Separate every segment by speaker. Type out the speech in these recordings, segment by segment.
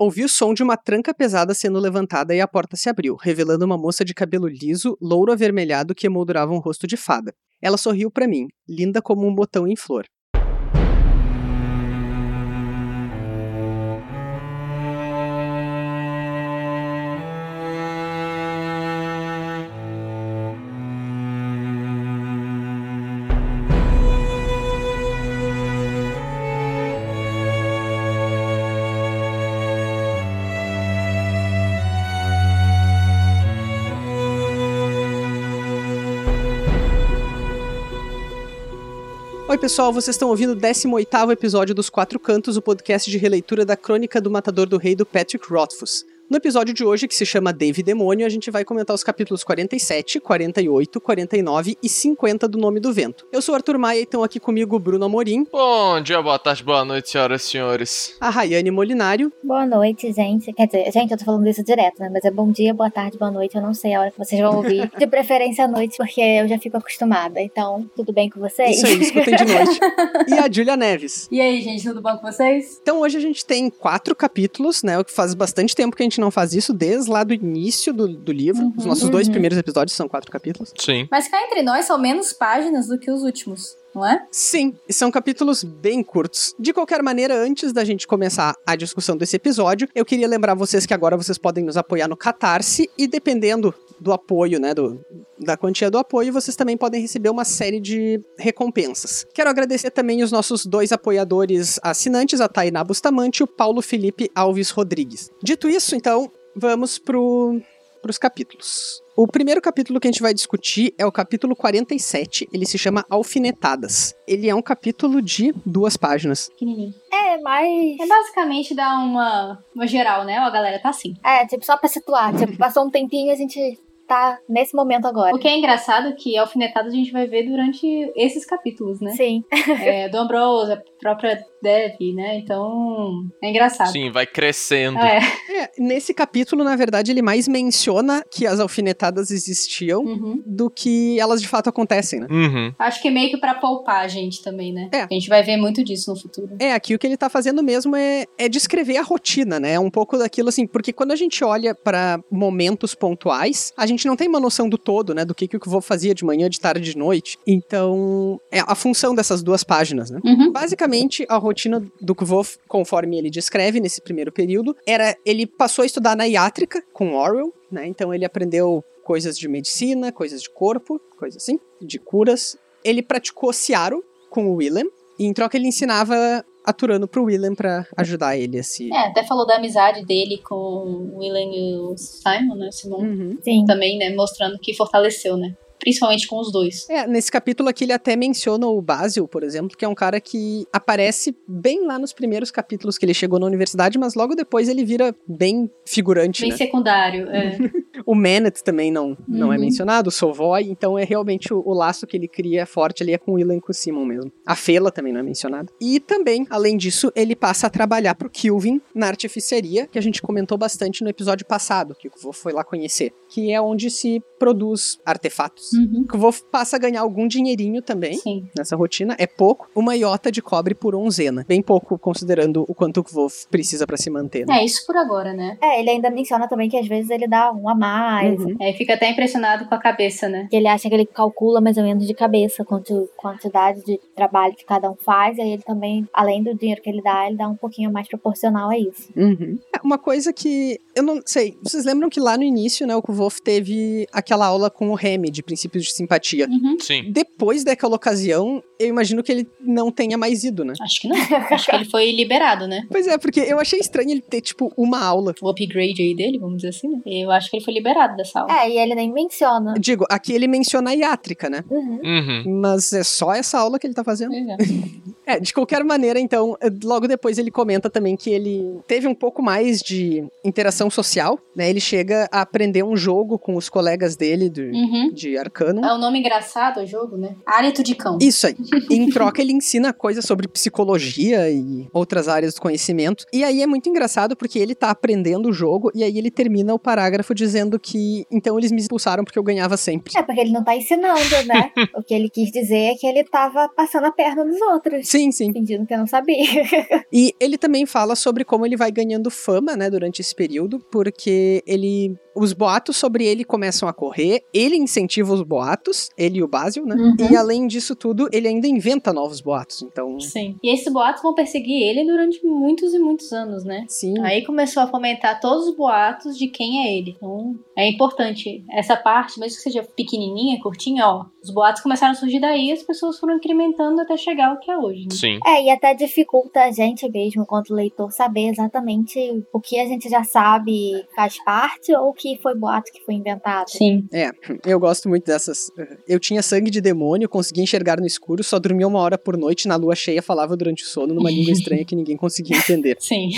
Speaker 1: Ouvi o som de uma tranca pesada sendo levantada e a porta se abriu, revelando uma moça de cabelo liso, louro avermelhado que emoldurava um rosto de fada. Ela sorriu para mim, linda como um botão em flor. Oi, pessoal, vocês estão ouvindo o 18º episódio dos Quatro Cantos, o podcast de releitura da Crônica do Matador do Rei do Patrick Rothfuss. No episódio de hoje, que se chama Dave Demônio, a gente vai comentar os capítulos 47, 48, 49 e 50 do Nome do Vento. Eu sou o Arthur Maia e estão aqui comigo o Bruno Amorim,
Speaker 2: Bom dia, boa tarde, boa noite, senhoras e senhores.
Speaker 1: a Rayane Molinário
Speaker 3: Boa noite, gente. Quer dizer, gente, eu tô falando isso direto, né? Mas é bom dia, boa tarde, boa noite. Eu não sei a hora que vocês vão ouvir. De preferência à noite, porque eu já fico acostumada. Então, tudo bem com vocês?
Speaker 1: Isso aí, escutem de noite. É E a Julia Neves.
Speaker 4: E aí, gente, tudo bom com vocês?
Speaker 1: Então hoje a gente tem quatro capítulos, né? O que faz bastante tempo que a gente não faz isso, desde lá do início do, do livro. Os nossos dois
Speaker 3: Uhum.
Speaker 1: primeiros episódios são quatro capítulos.
Speaker 2: Sim.
Speaker 4: Mas cá entre nós são menos páginas do que os últimos, não é?
Speaker 1: Sim, e são capítulos bem curtos. De qualquer maneira, antes da gente começar a discussão desse episódio, eu queria lembrar vocês que agora vocês podem nos apoiar no Catarse e dependendo do apoio, né, do, da quantia do apoio, vocês também podem receber uma série de recompensas. Quero agradecer também os nossos dois apoiadores assinantes, a Tainá Bustamante e o Paulo Felipe Alves Rodrigues. Dito isso, então, vamos pro, pros capítulos. O primeiro capítulo que a gente vai discutir é o capítulo 47, ele se chama Alfinetadas. Ele é um capítulo de duas páginas.
Speaker 4: Pequenininho.
Speaker 3: É, mas.
Speaker 4: É basicamente dar uma, uma geral, né? Ó, a galera tá assim.
Speaker 3: É, tipo, só pra situar. Tipo, passou um tempinho e a gente tá nesse momento agora.
Speaker 4: O que é engraçado é que alfinetadas a gente vai ver durante esses capítulos, né?
Speaker 3: Sim.
Speaker 4: É, do Ambrose, a própria Dev, né? Então, é engraçado.
Speaker 2: Sim, vai crescendo.
Speaker 4: É.
Speaker 1: É, nesse capítulo, na verdade, ele mais menciona que as alfinetadas existiam
Speaker 4: Uhum.
Speaker 1: do que elas de fato acontecem, né?
Speaker 2: Uhum.
Speaker 4: Acho que é meio que pra poupar a gente também, né?
Speaker 1: É.
Speaker 4: A gente vai ver muito disso no futuro.
Speaker 1: É, aqui o que ele tá fazendo mesmo é, é descrever a rotina, né? É um pouco daquilo assim, porque quando a gente olha pra momentos pontuais, a gente não tem uma noção do todo, né? Do que, que eu vou fazer de manhã, de tarde, de noite. Então, é a função dessas duas páginas, né?
Speaker 4: Uhum.
Speaker 1: Basicamente, a rotina do Kvof, conforme ele descreve nesse primeiro período, era ele passou a estudar na iátrica com Orwell, né? Então ele aprendeu coisas de medicina, coisas de corpo, coisas assim, de curas. Ele praticou Ciaro com o Willem, e em troca ele ensinava aturando pro Willem pra ajudar ele a se.
Speaker 4: É, até falou da amizade dele com o Willen e o Simon, né? Simon.
Speaker 1: Uhum.
Speaker 3: Sim.
Speaker 4: também, né? Mostrando que fortaleceu, né? Principalmente com os dois.
Speaker 1: É, nesse capítulo aqui ele até menciona o Basil, por exemplo, que é um cara que aparece bem lá nos primeiros capítulos que ele chegou na universidade, mas logo depois ele vira bem figurante,
Speaker 4: Bem
Speaker 1: né?
Speaker 4: secundário. é.
Speaker 1: O Manet também não, não é
Speaker 4: Uhum.
Speaker 1: mencionado, o Sovoy, então é realmente o, o laço que ele cria forte ali é com o Willan e com o Simon mesmo. A Fela também não é mencionada. E também, além disso, ele passa a trabalhar pro Kilvin na artificeria, que a gente comentou bastante no episódio passado, que o Kvo foi lá conhecer, que é onde se produz artefatos.
Speaker 4: Uhum.
Speaker 1: O Kvo passa a ganhar algum dinheirinho também
Speaker 4: Sim.
Speaker 1: nessa rotina, é pouco. Uma iota de cobre por onzena. Bem pouco, considerando o quanto o Kvo precisa pra se manter. né?
Speaker 4: É isso por agora, né?
Speaker 3: É, ele ainda menciona também que às vezes ele dá um a mais.
Speaker 1: Uhum.
Speaker 4: É, fica até impressionado com a cabeça, né?
Speaker 3: Que ele acha que ele calcula mais ou menos de cabeça quanto quantidade de trabalho que cada um faz. E aí ele também, além do dinheiro que ele dá, ele dá um pouquinho mais proporcional a isso.
Speaker 1: É, Uma coisa que eu não sei, vocês lembram que lá no início, né, o Kvolf teve aquela aula com o Remy de princípios de simpatia.
Speaker 4: Uhum.
Speaker 2: Sim.
Speaker 1: Depois daquela ocasião, eu imagino que ele não tenha mais ido, né?
Speaker 4: Acho que não. Acho que ele foi liberado, né?
Speaker 1: Pois é, porque eu achei estranho ele ter, tipo, uma aula.
Speaker 4: O upgrade aí dele, vamos dizer assim, né? Eu acho que ele foi liberado dessa aula.
Speaker 3: É, e ele nem menciona.
Speaker 1: Digo, aqui ele menciona a iátrica, né?
Speaker 3: Uhum.
Speaker 2: Uhum.
Speaker 1: Mas é só essa aula que ele tá fazendo.
Speaker 4: Pois é.
Speaker 1: É, de qualquer maneira, então, logo depois ele comenta também que ele teve um pouco mais de interação social, né? Ele chega a aprender um jogo com os colegas dele de,
Speaker 4: Uhum.
Speaker 1: de Arcanum.
Speaker 4: É um nome engraçado o jogo, né? Hálito de cão.
Speaker 1: Isso aí. em troca, ele ensina coisas sobre psicologia e outras áreas do conhecimento. E aí é muito engraçado porque ele tá aprendendo o jogo e aí ele termina o parágrafo dizendo que então eles me expulsaram porque eu ganhava sempre.
Speaker 3: É, porque ele não tá ensinando, né? o que ele quis dizer é que ele tava passando a perna nos outros.
Speaker 1: Sim, sim.
Speaker 3: fingindo que eu não sabia.
Speaker 1: E ele também fala sobre como ele vai ganhando fama, né, durante esse período, porque ele. Os boatos sobre ele começam a correr, ele incentiva os boatos, ele e o Basil, né?
Speaker 4: Uhum.
Speaker 1: E além disso tudo, ele ainda inventa novos boatos. Então,
Speaker 4: Sim. E esses boatos vão perseguir ele durante muitos e muitos anos, né?
Speaker 1: sim.
Speaker 4: Aí começou a fomentar todos os boatos de quem é ele. Então, é importante essa parte, mesmo que seja pequenininha, curtinha, ó. Os boatos começaram a surgir daí e as pessoas foram incrementando até chegar ao que é hoje, né?
Speaker 2: Sim.
Speaker 3: É, e até dificulta a gente mesmo, quanto leitor, saber exatamente o que a gente já sabe faz parte ou o que foi boato que foi inventado.
Speaker 4: Sim.
Speaker 1: É, eu gosto muito dessas. Eu tinha sangue de demônio, conseguia enxergar no escuro, só dormia uma hora por noite na lua cheia, falava durante o sono numa língua estranha que ninguém conseguia entender.
Speaker 4: Sim.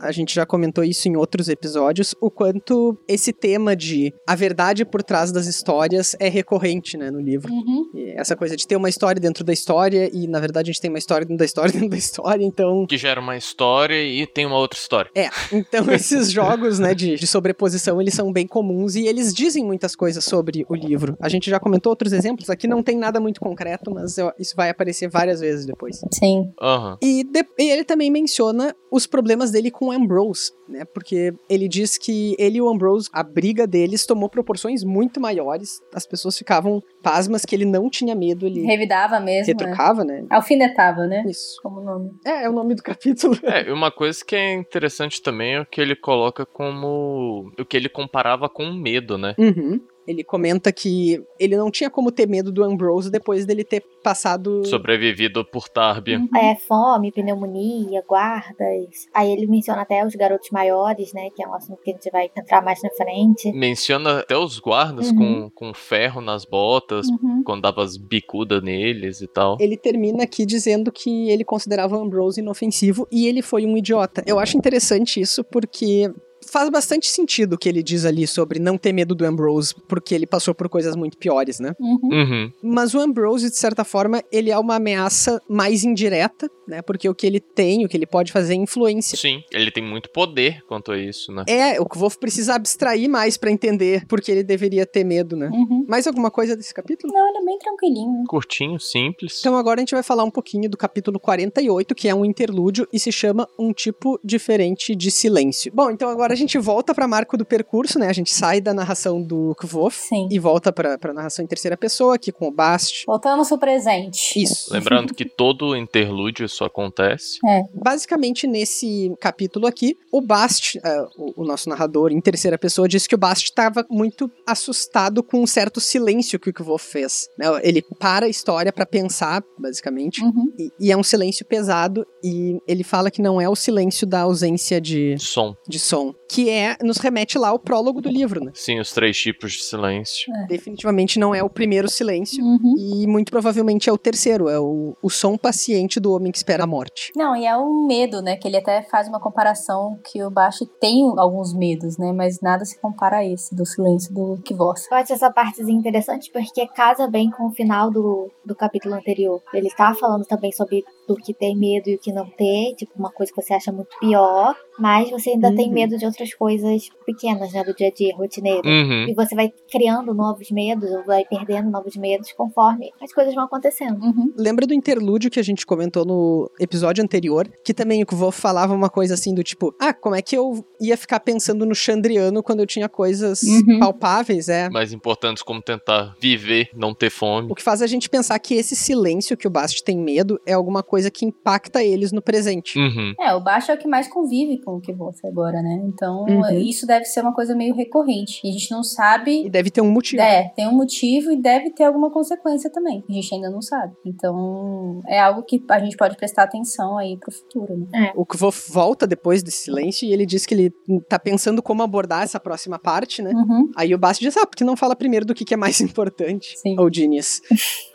Speaker 1: A gente já comentou isso em outros episódios, o quanto esse tema de a verdade por trás das histórias é recorrente, né, no livro.
Speaker 4: Uhum.
Speaker 1: E essa coisa de ter uma história dentro da história, e na verdade a gente tem uma história dentro da história dentro da história, então.
Speaker 2: Que gera uma história e tem uma outra história.
Speaker 1: É, então esses jogos, né, de, de sobreposição, eles são bem comuns e eles dizem muitas coisas sobre o livro. A gente já comentou outros exemplos, aqui não tem nada muito concreto, mas eu- isso vai aparecer várias vezes depois.
Speaker 4: Sim.
Speaker 2: Aham.
Speaker 1: E, de- e ele também menciona os problemas dele com o Ambrose, né? Porque ele diz que ele e o Ambrose, a briga deles tomou proporções muito maiores. As pessoas ficavam pasmas que ele não tinha medo, ele
Speaker 4: Revidava mesmo, né?
Speaker 1: retrucava, né?
Speaker 4: Alfinetava, né?
Speaker 1: Isso.
Speaker 4: Como nome.
Speaker 1: É, é o nome do capítulo.
Speaker 2: É, e uma coisa que é interessante também é o que ele coloca como. O que ele comparava com o medo, né?
Speaker 1: Uhum. Ele comenta que ele não tinha como ter medo do Ambrose depois dele ter passado.
Speaker 2: Sobrevivido por
Speaker 4: Uhum.
Speaker 2: Tarbia.
Speaker 3: É, fome, pneumonia, guardas. Aí ele menciona até os garotos maiores, né? Que é um assunto que a gente vai entrar mais na frente.
Speaker 2: Menciona até os guardas
Speaker 4: Uhum.
Speaker 2: com, com ferro nas botas,
Speaker 4: Uhum.
Speaker 2: quando dava as bicudas neles e tal.
Speaker 1: Ele termina aqui dizendo que ele considerava o Ambrose inofensivo e ele foi um idiota. Eu acho interessante isso porque faz bastante sentido o que ele diz ali sobre não ter medo do Ambrose, porque ele passou por coisas muito piores, né?
Speaker 4: Uhum.
Speaker 2: Uhum.
Speaker 1: Mas o Ambrose, de certa forma, ele é uma ameaça mais indireta, né? Porque o que ele tem, o que ele pode fazer é influência.
Speaker 2: Sim, ele tem muito poder quanto a isso, né?
Speaker 1: É, o que vou precisar abstrair mais pra entender porque ele deveria ter medo, né?
Speaker 4: Uhum.
Speaker 1: Mais alguma coisa desse capítulo?
Speaker 4: Não, ele é bem tranquilinho.
Speaker 2: Curtinho, simples.
Speaker 1: Então agora a gente vai falar um pouquinho do capítulo 48, que é um interlúdio e se chama Um Tipo Diferente de Silêncio. Bom, então agora a gente volta pra marco do percurso, né? A gente sai da narração do Kvof
Speaker 4: Sim.
Speaker 1: e volta pra pra narração em terceira pessoa, aqui com o Bast.
Speaker 4: Voltamos pro presente.
Speaker 1: Isso.
Speaker 2: Lembrando que todo interlúdio isso acontece.
Speaker 1: Basicamente, nesse capítulo aqui, o Bast, eh, o, o nosso narrador em terceira pessoa, disse que o Bast estava muito assustado com um certo silêncio que o Kvof fez. né? Ele para a história pra pensar, basicamente.
Speaker 4: Uhum.
Speaker 1: E, e é um silêncio pesado, e ele fala que não é o silêncio da ausência de,
Speaker 2: Som.
Speaker 1: de som, que é, nos remete lá ao prólogo do livro, né?
Speaker 2: Sim, os três tipos de silêncio.
Speaker 1: Definitivamente não é o primeiro silêncio,
Speaker 4: Uhum.
Speaker 1: e muito provavelmente é o terceiro, é o, o som paciente do homem que espera a morte.
Speaker 4: Não, e é o medo, né? Que ele até faz uma comparação que o baixo tem alguns medos, né? Mas nada se compara a esse do silêncio do que voz.
Speaker 3: Eu acho essa partezinha interessante porque casa bem com o final do, do capítulo anterior. Ele tá falando também sobre do que ter medo e o que não ter, tipo, uma coisa que você acha muito pior, mas você ainda tem
Speaker 1: Uhum.
Speaker 3: medo de outras coisas pequenas, né, do dia a dia, rotineiro.
Speaker 2: Uhum.
Speaker 3: E você vai criando novos medos, ou vai perdendo novos medos conforme as coisas vão acontecendo.
Speaker 4: Uhum.
Speaker 1: Lembra do interlúdio que a gente comentou no episódio anterior, que também o Kvo falava uma coisa assim do tipo, ah, como é que eu ia ficar pensando no Chandriano quando eu tinha coisas
Speaker 4: Uhum.
Speaker 1: palpáveis, é?
Speaker 2: Mais importantes como tentar viver, não ter fome.
Speaker 1: O que faz a gente pensar que esse silêncio que o Bast tem medo é alguma coisa que impacta eles no presente.
Speaker 2: Uhum.
Speaker 4: É, o baixo é o que mais convive com o que voz agora, né? Então,
Speaker 1: Uhum.
Speaker 4: isso deve ser uma coisa meio recorrente. E a gente não sabe.
Speaker 1: E deve ter um motivo.
Speaker 4: É, tem um motivo e deve ter alguma consequência também. A gente ainda não sabe. Então, é algo que a gente pode prestar atenção aí pro futuro, né?
Speaker 1: O Kvof volta depois desse silêncio e ele diz que ele tá pensando como abordar essa próxima parte, né?
Speaker 4: Uhum.
Speaker 1: Aí o Bast diz, ah, porque não fala primeiro do que, que é mais importante.
Speaker 4: Sim.
Speaker 1: Ou Diniz.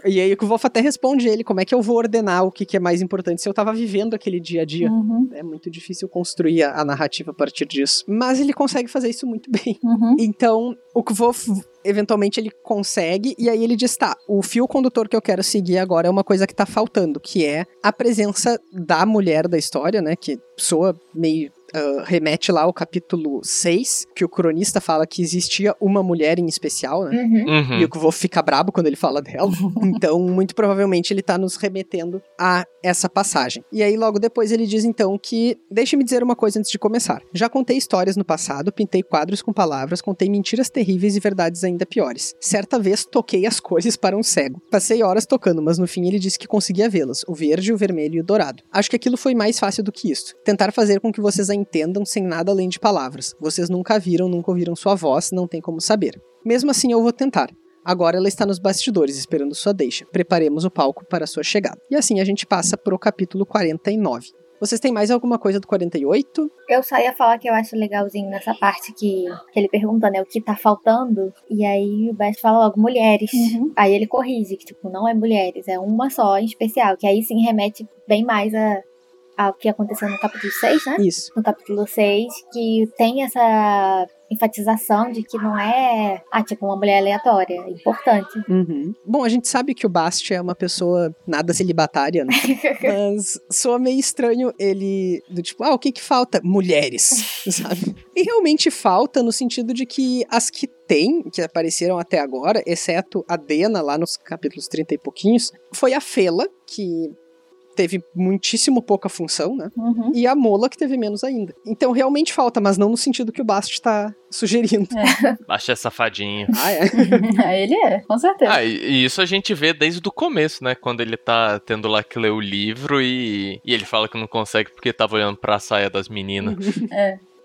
Speaker 1: e aí o Kvof até responde ele, como é que eu vou ordenar o que, que é mais importante se eu tava vivendo aquele dia a dia?
Speaker 4: Uhum.
Speaker 1: É muito difícil construir a, a narrativa a partir disso. Mas ele consegue fazer isso muito bem.
Speaker 4: Uhum.
Speaker 1: Então, o Kvof, eventualmente, ele consegue, e aí ele diz: tá, o fio condutor que eu quero seguir agora é uma coisa que tá faltando, que é a presença da mulher da história, né? Que soa meio ah, remete lá ao capítulo 6, que o cronista fala que existia uma mulher em especial, né?
Speaker 3: Uhum.
Speaker 2: Uhum.
Speaker 1: E o Kvo fica brabo quando ele fala dela. Então, muito provavelmente, ele tá nos remetendo a essa passagem. E aí, logo depois, ele diz então que. Deixe-me dizer uma coisa antes de começar. Já contei histórias no passado, pintei quadros com palavras, contei mentiras terríveis e verdades ainda piores. Certa vez toquei as cores para um cego. Passei horas tocando, mas no fim ele disse que conseguia vê-las: o verde, o vermelho e o dourado. Acho que aquilo foi mais fácil do que isso. Tentar fazer com que vocês a entendam sem nada além de palavras. Vocês nunca a viram, nunca ouviram sua voz, não tem como saber. Mesmo assim, eu vou tentar. Agora ela está nos bastidores, esperando sua deixa. Preparemos o palco para sua chegada. E assim a gente passa pro capítulo 49. Vocês têm mais alguma coisa do 48?
Speaker 3: Eu só ia falar que eu acho legalzinho nessa parte que, que ele pergunta, né, o que tá faltando. E aí o Best fala logo mulheres.
Speaker 4: Uhum.
Speaker 3: Aí ele corrige, que tipo, não é mulheres, é uma só em especial. Que aí sim remete bem mais a, ao que aconteceu no capítulo 6, né?
Speaker 1: Isso.
Speaker 3: no capítulo 6, que tem essa enfatização de que não é, ah, tipo, uma mulher aleatória, é importante.
Speaker 1: Uhum. Bom, a gente sabe que o Bast é uma pessoa nada celibatária, né? Mas soa meio estranho ele, do tipo, ah, o que que falta? Mulheres, sabe? E realmente falta no sentido de que as que tem, que apareceram até agora, exceto a Dena lá nos capítulos 30 e pouquinhos, foi a Fela, que teve muitíssimo pouca função, né?
Speaker 4: Uhum.
Speaker 1: E a Mola, que teve menos ainda. Então realmente falta, mas não no sentido que o Bast tá sugerindo.
Speaker 2: Achei safadinho.
Speaker 1: Ah, é?
Speaker 4: ele é, com certeza.
Speaker 2: Ah, e e isso a gente vê desde o começo, né? Quando ele tá tendo lá que ler o livro e, e ele fala que não consegue porque tava olhando pra saia das meninas.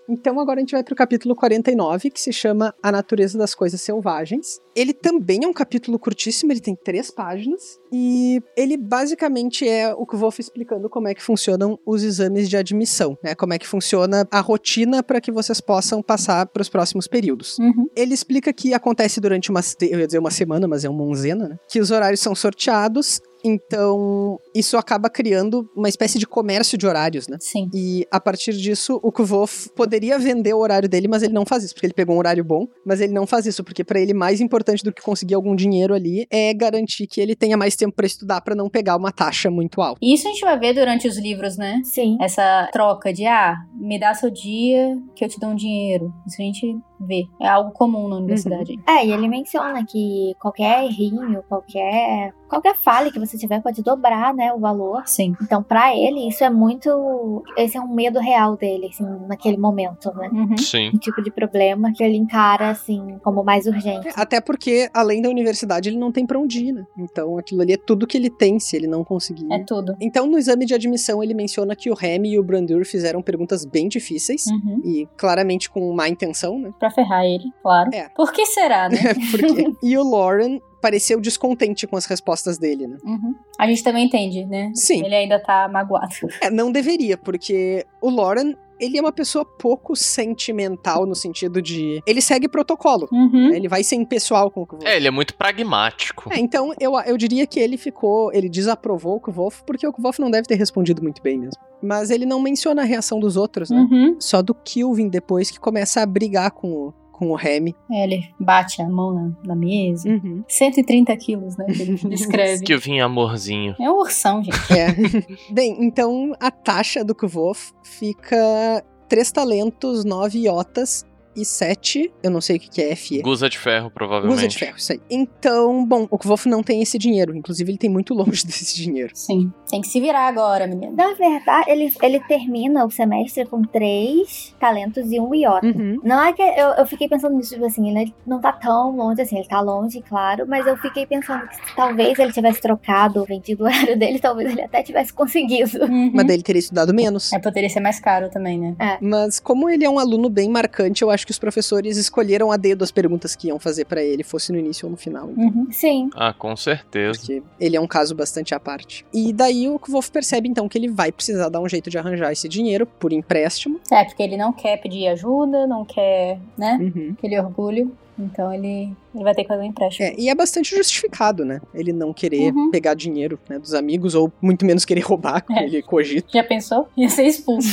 Speaker 1: Então agora a gente vai para o capítulo 49, que se chama A Natureza das Coisas Selvagens. Ele também é um capítulo curtíssimo, ele tem três páginas, e ele basicamente é o que Wolf explicando como é que funcionam os exames de admissão, né? Como é que funciona a rotina para que vocês possam passar para os próximos períodos.
Speaker 4: Uhum.
Speaker 1: Ele explica que acontece durante uma, se- eu ia dizer uma semana, mas é uma onzena, né? Que os horários são sorteados, então isso acaba criando uma espécie de comércio de horários, né?
Speaker 4: Sim.
Speaker 1: E a partir disso, o Kvof poderia vender o horário dele, mas ele não faz isso, porque ele pegou um horário bom, mas ele não faz isso, porque pra ele mais importante do que conseguir algum dinheiro ali é garantir que ele tenha mais tempo pra estudar pra não pegar uma taxa muito alta.
Speaker 4: E isso a gente vai ver durante os livros, né?
Speaker 3: Sim.
Speaker 4: Essa troca de, ah, me dá seu dia que eu te dou um dinheiro. Isso a gente vê. É algo comum na universidade.
Speaker 1: Uhum.
Speaker 3: É, e ele menciona que qualquer errinho, qualquer qualquer falha que você tiver pode dobrar, né, o valor.
Speaker 4: Sim.
Speaker 3: Então, pra ele, isso é muito. Esse é um medo real dele, assim, naquele momento, né?
Speaker 4: Uhum.
Speaker 2: Sim.
Speaker 3: Um tipo de problema que ele encara, assim, como mais urgente.
Speaker 1: Até porque, além da universidade, ele não tem pra onde ir, né? Então aquilo ali é tudo que ele tem se ele não conseguir.
Speaker 4: É tudo.
Speaker 1: Então, no exame de admissão, ele menciona que o Remy e o Brandur fizeram perguntas bem difíceis.
Speaker 4: Uhum.
Speaker 1: E claramente com má intenção, né?
Speaker 4: Pra ferrar ele, claro.
Speaker 1: É.
Speaker 4: Por que será, né?
Speaker 1: Porque... e o Lauren pareceu descontente com as respostas dele, né?
Speaker 4: Uhum. A gente também entende, né?
Speaker 1: Sim.
Speaker 4: Ele ainda tá magoado.
Speaker 1: É, não deveria, porque o Lauren, ele é uma pessoa pouco sentimental no sentido de. Ele segue protocolo.
Speaker 4: Uhum.
Speaker 1: né? Ele vai ser impessoal com o Kvolf.
Speaker 2: É, ele é muito pragmático.
Speaker 1: É, então eu, eu diria que ele ficou. Ele desaprovou o Kvolf, porque o Kvolf não deve ter respondido muito bem mesmo. Mas ele não menciona a reação dos outros, né?
Speaker 4: Uhum.
Speaker 1: Só do Kilvin depois que começa a brigar com o. Com o Remy.
Speaker 4: É, ele bate a mão na, na mesa. 130 quilos, né? Que ele descreve.
Speaker 2: Que eu vim amorzinho.
Speaker 4: É um ursão, gente.
Speaker 1: É. Bem, então a taxa do Kvof fica 3 talentos, 9 iotas e 7. Eu não sei o que que é FE.
Speaker 2: Guza de ferro, provavelmente.
Speaker 1: Usa de ferro, isso aí. Então, bom, o Kvolf não tem esse dinheiro. Inclusive, ele tem muito longe desse dinheiro.
Speaker 4: Sim. Tem que se virar agora, menina.
Speaker 3: Na verdade, ele, ele termina o semestre com três talentos e um iota.
Speaker 4: Uhum.
Speaker 3: Não é que eu, eu fiquei pensando nisso, tipo assim, ele não tá tão longe assim, ele tá longe, claro, mas eu fiquei pensando que se talvez ele tivesse trocado ou vendido o horário dele, talvez ele até tivesse conseguido.
Speaker 4: Uhum.
Speaker 1: Mas daí ele teria estudado menos.
Speaker 4: É, poderia ser mais caro também, né?
Speaker 1: Mas como ele é um aluno bem marcante, eu acho que os professores escolheram a dedo as perguntas que iam fazer pra ele, fosse no início ou no final.
Speaker 4: Uhum.
Speaker 3: Sim.
Speaker 2: Ah, com certeza.
Speaker 1: Porque ele é um caso bastante à parte. E daí o Kvolf percebe então que ele vai precisar dar um jeito de arranjar esse dinheiro por empréstimo.
Speaker 4: É, porque ele não quer pedir ajuda, não quer, né?
Speaker 1: Uhum.
Speaker 4: Aquele orgulho. Então ele Ele vai ter que fazer um empréstimo.
Speaker 1: É, e é bastante justificado, né? Ele não querer
Speaker 4: Uhum.
Speaker 1: pegar dinheiro né, dos amigos, ou muito menos querer roubar, como
Speaker 4: É.
Speaker 1: ele cogita,
Speaker 4: Já pensou? Ia ser expulso.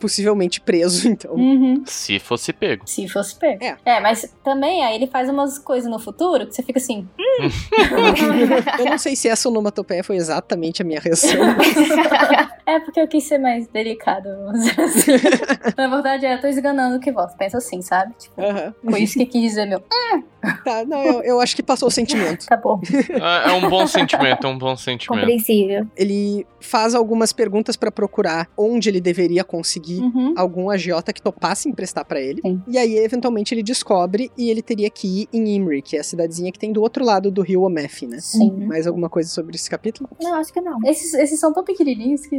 Speaker 1: possivelmente preso, então.
Speaker 4: uhum.
Speaker 2: Se fosse pego.
Speaker 4: Se fosse pego.
Speaker 1: É.
Speaker 4: mas também aí ele faz umas coisas no futuro que você fica assim.
Speaker 1: Eu não sei se essa onomatopeia foi exatamente a minha reação.
Speaker 4: É porque eu quis ser mais delicado. vamos dizer assim. Na verdade, é, eu tô esganando o que você pensa assim, sabe? Tipo,
Speaker 1: Aham.
Speaker 4: foi isso que quis dizer, meu.
Speaker 1: Tá, não, eu, eu acho que passou o sentimento.
Speaker 4: Tá bom.
Speaker 2: É, é um bom sentimento, é um bom sentimento.
Speaker 3: Compreensível.
Speaker 1: Ele faz algumas perguntas pra procurar onde ele deveria conseguir
Speaker 4: Uhum.
Speaker 1: algum agiota que topasse emprestar pra ele.
Speaker 4: Sim.
Speaker 1: E aí, eventualmente, ele descobre e ele teria que ir em Imri, que é a cidadezinha que tem do outro lado do rio Omef, né?
Speaker 4: Sim.
Speaker 1: Mais alguma coisa sobre esse capítulo?
Speaker 3: Não, acho que não.
Speaker 4: Esses, esses são tão pequenininhos que.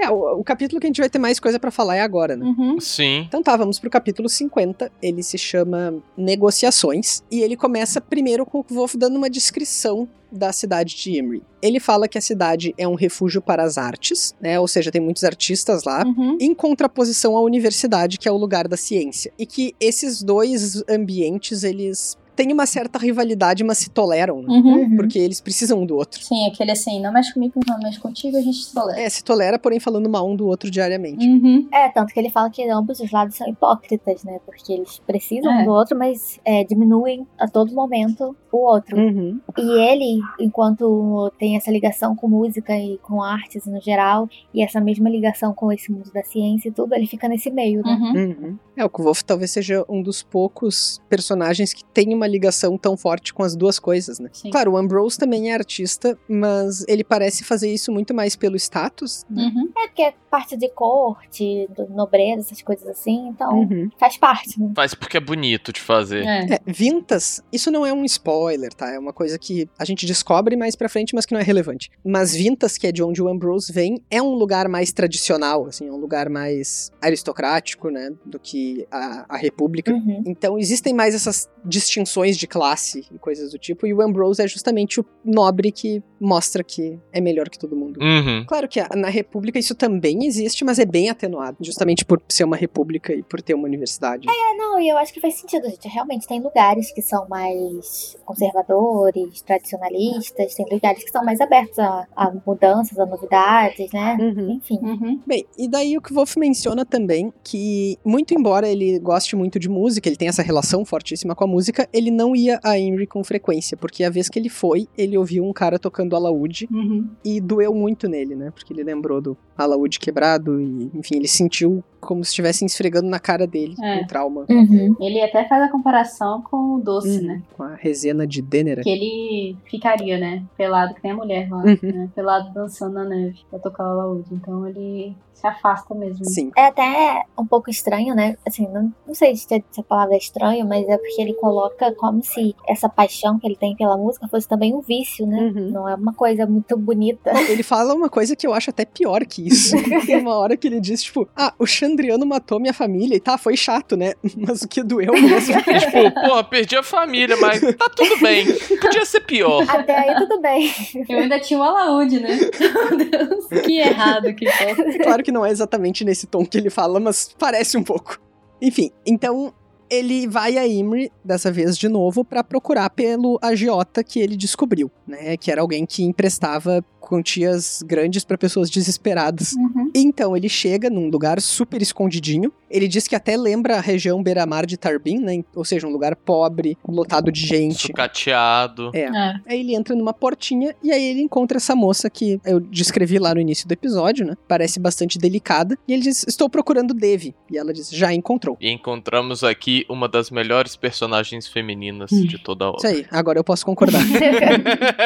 Speaker 4: é.
Speaker 1: É, o, o capítulo que a gente vai ter mais coisa pra falar é agora, né?
Speaker 4: Uhum.
Speaker 2: Sim.
Speaker 1: Então tá, vamos pro capítulo 50. Ele se chama Negociações. E ele começa primeiro com o Wolf dando uma descrição da cidade de Imri. Ele fala que a cidade é um refúgio para as artes, né? Ou seja, tem muitos artistas lá.
Speaker 4: Uhum.
Speaker 1: Em contraposição à universidade, que é o lugar da ciência. E que esses dois ambientes, eles têm uma certa rivalidade, mas se toleram, né?
Speaker 4: Uhum.
Speaker 1: Porque eles precisam um do outro.
Speaker 4: Sim, aquele assim, não mexe comigo, não mexe contigo, a gente se tolera.
Speaker 1: É, né? se tolera, porém falando mal um do outro diariamente.
Speaker 4: Uhum.
Speaker 3: É, tanto que ele fala que ambos os lados são hipócritas, né? Porque eles precisam
Speaker 4: É.
Speaker 3: um do outro, mas é, diminuem a todo momento o outro.
Speaker 1: Uhum.
Speaker 3: E ele, enquanto tem essa ligação com música e com artes no geral, e essa mesma ligação com esse mundo da ciência e tudo, ele fica nesse meio, né?
Speaker 4: Uhum.
Speaker 1: É, o Kvolf talvez seja um dos poucos personagens que tem uma ligação tão forte com as duas coisas, né?
Speaker 4: Sim.
Speaker 1: Claro, o Ambrose também é artista, mas ele parece fazer isso muito mais pelo status. né?
Speaker 4: Uhum.
Speaker 3: É porque é parte de corte, do- nobreza, essas coisas assim, então faz parte, né?
Speaker 2: Faz porque é bonito de fazer.
Speaker 4: É.
Speaker 1: Uhum. É, Vintas, isso não é um spoiler, tá? É uma coisa que a gente descobre mais pra frente, mas que não é relevante. Mas Vintas, que é de onde o Ambrose vem, é um lugar mais tradicional, assim, é um lugar mais aristocrático, né? Do que a, a República.
Speaker 3: Uhum.
Speaker 1: Então existem mais essas distinções de classe e coisas do tipo, e o Ambrose é justamente o nobre que mostra que é melhor que todo mundo.
Speaker 2: Uhum.
Speaker 1: Claro que a- na República isso também existe, mas é bem atenuado, justamente por ser uma república e por ter uma universidade.
Speaker 3: É, não, e eu acho que faz sentido, gente. Realmente tem lugares que são mais conservadores, tradicionalistas, tem lugares que são mais abertos a, a mudanças, a novidades, né?
Speaker 1: Uhum.
Speaker 3: Enfim.
Speaker 4: Uhum.
Speaker 1: Bem, e daí o que o Wolf menciona também que, muito embora ele goste muito de música, ele tem essa relação fortíssima com a música, ele não ia a Henry com frequência, porque a vez que ele foi, ele ouviu um cara tocando alaúde
Speaker 4: Uhum.
Speaker 1: e doeu muito nele, né? Porque ele lembrou do alaúde quebrado e, enfim, ele sentiu como se estivessem esfregando na cara dele
Speaker 4: É.
Speaker 1: um trauma
Speaker 3: Uhum.
Speaker 4: Ele até faz a comparação com o doce,
Speaker 1: Uhum.
Speaker 4: né?
Speaker 1: com a resena de Denera.
Speaker 4: Que ele ficaria, né? Pelado, que tem a mulher lá,
Speaker 1: Uhum.
Speaker 4: né? Pelado dançando na neve pra tocar o alaúde. Então ele se afasta mesmo.
Speaker 1: Sim.
Speaker 3: É até um pouco estranho, né? Assim, não, não sei se é- se a palavra é estranho, mas é porque ele coloca como se essa paixão que ele tem pela música fosse também um vício, né?
Speaker 4: Uhum.
Speaker 3: Não é uma coisa muito bonita.
Speaker 1: Ele fala uma coisa que eu acho até pior que isso. Tem uma hora que ele diz, tipo, ah, o Xandriano matou minha família e tá, foi chato, né? Mas o que doeu mesmo.
Speaker 2: E, tipo, porra, perdi a família, mas tá tudo bem. Podia ser
Speaker 4: Oh.
Speaker 2: pior.
Speaker 3: Até aí tudo bem.
Speaker 4: Eu ainda tinha o alaúde, né? Meu Deus, que errado que foi.
Speaker 1: Claro que não é exatamente nesse tom que ele fala, mas parece um pouco. Enfim, então ele vai a Imri, dessa vez de novo, pra procurar pelo agiota que ele descobriu, né? Que era alguém que emprestava quantias grandes pra pessoas desesperadas.
Speaker 4: Uhum.
Speaker 1: Então ele chega num lugar super escondidinho. Ele diz que até lembra a região beira-mar de Tarbin, né? Ou seja, um lugar pobre, lotado de gente.
Speaker 2: Sucateado.
Speaker 4: É.
Speaker 1: Aí ele entra numa portinha e aí ele encontra essa moça que eu descrevi lá no início do episódio, né? Parece bastante delicada. E ele diz: Estou procurando Devi. E ela diz: Já encontrou.
Speaker 2: E encontramos aqui uma das melhores personagens femininas
Speaker 4: Hum.
Speaker 2: de toda a
Speaker 1: Isso
Speaker 2: obra.
Speaker 1: aí, agora eu posso concordar.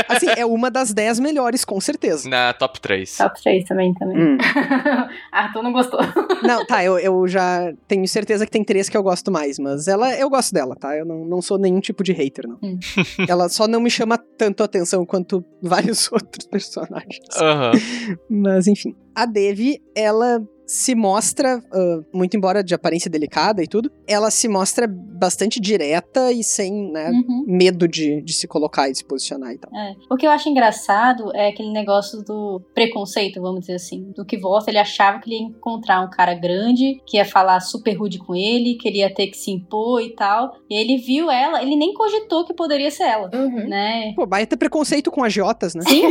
Speaker 1: assim, é uma das dez melhores, com certeza.
Speaker 2: Na top 3.
Speaker 4: Top 3 também, também. Arthur não gostou.
Speaker 1: Não, tá, eu, eu já tenho certeza que tem três que eu gosto mais, mas ela eu gosto dela, tá? Eu não, não sou nenhum tipo de hater, não.
Speaker 4: Hum.
Speaker 1: ela só não me chama tanto atenção quanto vários outros personagens.
Speaker 2: Aham.
Speaker 1: Mas enfim. A Devi, ela se mostra, ah, muito embora de aparência delicada e tudo, ela se mostra bastante direta e sem né,
Speaker 4: Uhum.
Speaker 1: medo de, de se colocar e de se posicionar e tal.
Speaker 4: É. O que eu acho engraçado é aquele negócio do preconceito, vamos dizer assim, do que volta. Ele achava que ele ia encontrar um cara grande, que ia falar super rude com ele, que ele ia ter que se impor e tal. E ele viu ela, ele nem cogitou que poderia ser ela,
Speaker 3: Uhum.
Speaker 4: né?
Speaker 1: Pô, vai ter preconceito com agiotas, né?
Speaker 4: Sim.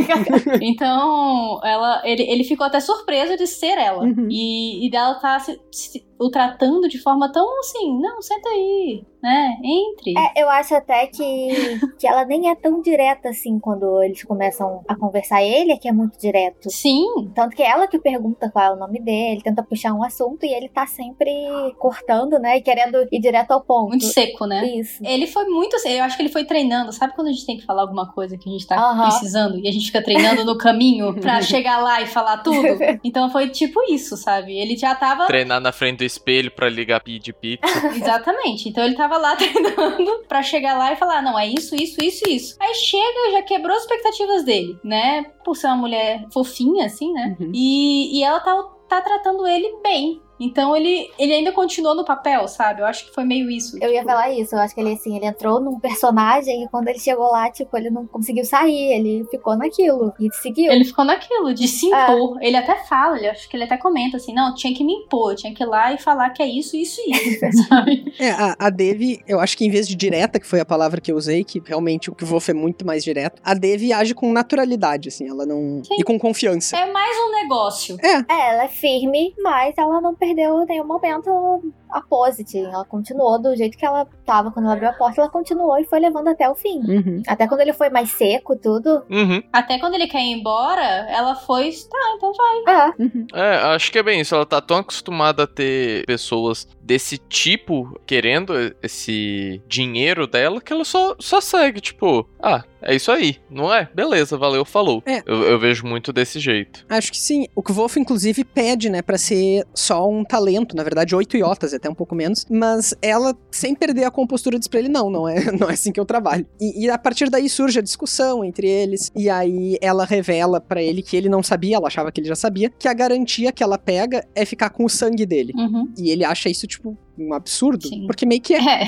Speaker 4: então, ela, ele, ele ficou até surpreso de ser ela.
Speaker 1: Uhum.
Speaker 4: E, e dela tá se, se- o tratando de forma tão assim, não, senta aí, né? Entre.
Speaker 3: É, eu acho até que, que ela nem é tão direta assim quando eles começam a conversar. Ele é que é muito direto.
Speaker 4: Sim,
Speaker 3: Tanto que é ela que pergunta qual é o nome dele, tenta puxar um assunto e ele tá sempre cortando, né? E querendo ir direto ao ponto.
Speaker 4: muito seco, né?
Speaker 3: Isso.
Speaker 4: Ele foi muito. assim, Eu acho que ele foi treinando. Sabe quando a gente tem que falar alguma coisa que a gente tá
Speaker 3: Aham.
Speaker 4: precisando e a gente fica treinando no caminho pra chegar lá e falar tudo? Então foi tipo isso, sabe? Ele já tava.
Speaker 2: Treinar na frente do espelho pra ligar de pizza.
Speaker 4: Exatamente. Então ele tava lá treinando pra chegar lá e falar: não, é isso, isso, isso, isso. Aí chega, já quebrou as expectativas dele, né? Por ser uma mulher fofinha, assim, né?
Speaker 1: Uhum.
Speaker 4: E, e ela tá, tá tratando ele bem. Então ele, ele ainda continuou no papel, sabe? Eu acho que foi meio isso.
Speaker 3: Eu ia
Speaker 4: Tipo,
Speaker 3: falar isso, eu acho que ele assim, ele entrou num personagem e quando ele chegou lá, tipo, ele não conseguiu sair, ele ficou naquilo e seguiu.
Speaker 4: Ele ficou naquilo, de se impor. Ele até fala, ele, acho que ele até comenta assim: não, tinha que me impor, tinha que ir lá e falar que é isso, isso e isso, sabe?
Speaker 1: É, a, a Devi, eu acho que em vez de direta, que foi a palavra que eu usei, que realmente o que Wolf é muito mais direto, a Devi age com naturalidade, assim, ela não.
Speaker 4: Sim.
Speaker 1: E com confiança.
Speaker 4: É mais um negócio.
Speaker 3: É, ela é firme, mas ela não perdeu em nenhum momento a pose, de- ela continuou do jeito que ela tava quando ela abriu a porta, ela continuou e foi levando até o fim.
Speaker 1: Uhum.
Speaker 3: Até quando ele foi mais seco, tudo.
Speaker 2: Uhum.
Speaker 4: Até quando ele quer ir embora, ela foi, tá, então vai.
Speaker 3: Ah,
Speaker 2: É, acho que é bem isso. Ela tá tão acostumada a ter pessoas desse tipo querendo esse dinheiro dela que ela só, só segue, tipo, ah, é isso aí, não é? Beleza, valeu, falou.
Speaker 1: É.
Speaker 2: Eu, eu vejo muito desse jeito.
Speaker 1: Acho que sim. O que Wolf, inclusive, pede, né, pra ser só um talento, na verdade, oito iotas, até um pouco menos. Mas ela, sem perder a compostura, diz pra ele: não, não é, não é assim que eu trabalho. E, e a partir daí surge a discussão entre eles. E aí ela revela pra ele que ele não sabia, ela achava que ele já sabia, que a garantia que ela pega é ficar com o sangue dele.
Speaker 4: Uhum.
Speaker 1: E ele acha isso, tipo, um absurdo.
Speaker 4: Sim.
Speaker 1: Porque meio que é.
Speaker 4: É.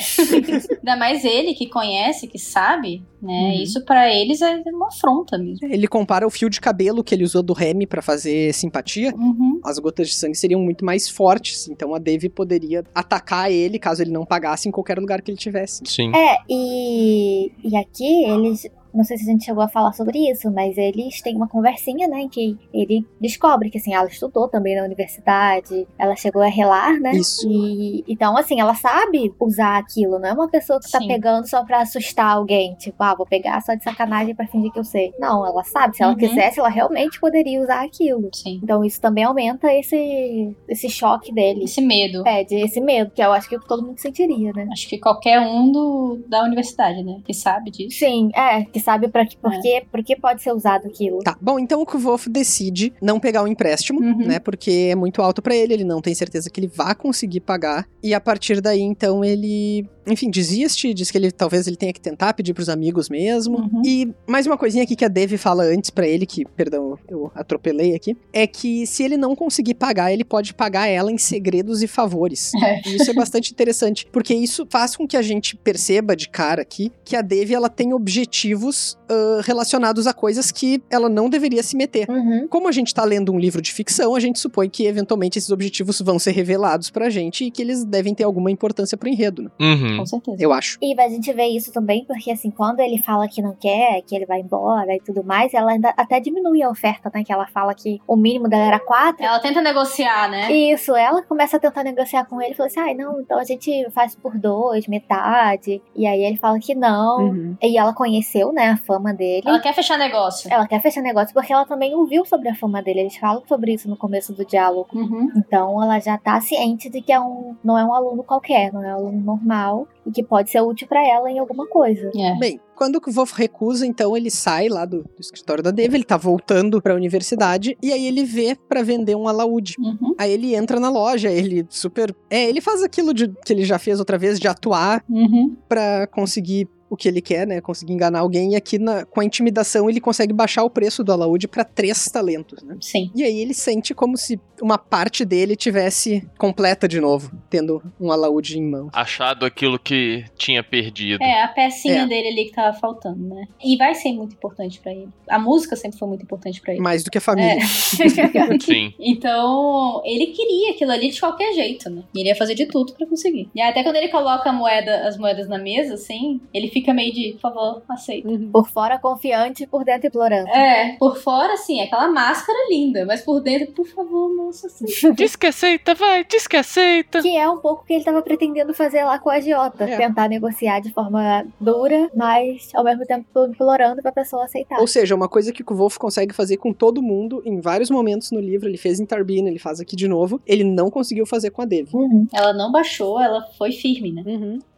Speaker 4: Ainda mais ele que conhece, que sabe, né?
Speaker 1: Uhum.
Speaker 4: Isso pra eles é uma afronta mesmo.
Speaker 1: Ele compara o fio de cabelo que ele usou do Remy pra fazer simpatia.
Speaker 4: Uhum.
Speaker 1: As gotas de sangue seriam muito mais fortes, então a Devi poderia atacar ele caso ele não pagasse em qualquer lugar que ele tivesse.
Speaker 2: Sim.
Speaker 3: é, e, e aqui eles. Não sei se a gente chegou a falar sobre isso, mas eles têm uma conversinha, né? em Que ele descobre que, assim, ela estudou também na universidade, ela chegou a relar, né?
Speaker 1: Isso.
Speaker 3: E, então, assim, ela sabe usar aquilo, não é uma pessoa que tá
Speaker 4: Sim.
Speaker 3: pegando só pra assustar alguém, tipo, ah, vou pegar só de sacanagem pra fingir que eu sei. Não, ela sabe, se ela
Speaker 4: Uhum.
Speaker 3: quisesse, ela realmente poderia usar aquilo.
Speaker 4: Sim.
Speaker 3: Então, isso também aumenta esse, esse choque dele.
Speaker 4: Esse medo.
Speaker 3: É, de esse medo, que eu acho que todo mundo sentiria, né?
Speaker 4: Acho que qualquer um do, da universidade, né? Que sabe disso.
Speaker 3: Sim, é, que sabe pra que, por, que, por que pode ser usado aquilo.
Speaker 1: Tá, bom, então o Kvolf decide não pegar o empréstimo,
Speaker 4: Uhum.
Speaker 1: né? Porque é muito alto pra ele, ele não tem certeza que ele vá conseguir pagar. E a partir daí, então, ele, enfim, desiste, diz que ele talvez ele tenha que tentar pedir pros amigos mesmo.
Speaker 4: Uhum.
Speaker 1: E mais uma coisinha aqui que a Devi fala antes pra ele, que, perdão, eu atropelei aqui, é que se ele não conseguir pagar, ele pode pagar ela em segredos e favores.
Speaker 4: É.
Speaker 1: E isso é bastante interessante, porque isso faz com que a gente perceba de cara aqui que a Devi ela tem objetivos ah, relacionados a coisas que ela não deveria se meter.
Speaker 3: Uhum.
Speaker 1: Como a gente tá lendo um livro de ficção, a gente supõe que eventualmente esses objetivos vão ser revelados pra gente e que eles devem ter alguma importância pro enredo, né?
Speaker 2: Uhum.
Speaker 4: Com certeza.
Speaker 1: Eu acho.
Speaker 3: E a gente vê isso também, porque assim, quando ele fala que não quer, que ele vai embora e tudo mais, ela ainda até diminui a oferta, né? Que ela fala que o mínimo dela era quatro.
Speaker 4: Ela tenta negociar,
Speaker 3: É.
Speaker 4: né?
Speaker 3: Isso, ela começa a tentar negociar com ele e fala assim: ai, não, então a gente faz por dois, metade. E aí ele fala que não. E ela conheceu, né, a fama dele.
Speaker 4: Ela quer fechar negócio.
Speaker 3: Ela quer fechar negócio porque ela também ouviu sobre a fama dele. Eles falam sobre isso no começo do diálogo.
Speaker 4: Uhum.
Speaker 3: Então ela já tá ciente de que é um, não é um aluno qualquer, não é um aluno normal e que pode ser útil pra ela em alguma coisa.
Speaker 4: É.
Speaker 1: Bem, quando o Wolf recusa, então ele sai lá do, do escritório da Deva, ele tá voltando pra universidade, e aí ele vê pra vender um alaúde.
Speaker 4: Uhum.
Speaker 1: Aí ele entra na loja, ele super. É, ele faz aquilo de- que ele já fez outra vez, de atuar
Speaker 4: Uhum.
Speaker 1: pra conseguir o que ele quer, né? Conseguir enganar alguém. E aqui, na- com a intimidação, ele consegue baixar o preço do Alaúde pra três talentos, né?
Speaker 4: Sim.
Speaker 1: E aí ele sente como se uma parte dele tivesse completa de novo, tendo um alaúde em mão.
Speaker 2: Achado aquilo que tinha perdido.
Speaker 4: É, a pecinha
Speaker 1: É.
Speaker 4: dele ali que tava faltando, né? E vai ser muito importante pra ele. A música sempre foi muito importante pra ele.
Speaker 1: Mais do que a família.
Speaker 4: É.
Speaker 2: Sim.
Speaker 4: então, ele queria aquilo ali de qualquer jeito, né? E ele ia fazer de tudo pra conseguir. E até quando ele coloca a moeda, as moedas na mesa, assim, ele fica meio de, por favor, aceita.
Speaker 3: Por fora confiante, por dentro implorando.
Speaker 4: É, por fora, assim, é aquela máscara linda, mas por dentro, por favor, moça, aceita.
Speaker 2: Diz que aceita, vai, diz que aceita.
Speaker 3: Que é um pouco o que ele tava pretendendo fazer lá com a agiota.
Speaker 1: É.
Speaker 3: Tentar negociar de forma dura, mas ao mesmo tempo implorando pra pessoa aceitar.
Speaker 1: Ou seja, é uma coisa que o Wolf consegue fazer com todo mundo em vários momentos no livro. Ele fez em Tarbina, ele faz aqui de novo. Ele não conseguiu fazer com a Devi.
Speaker 3: Uhum.
Speaker 4: Ela não baixou, ela foi firme, né?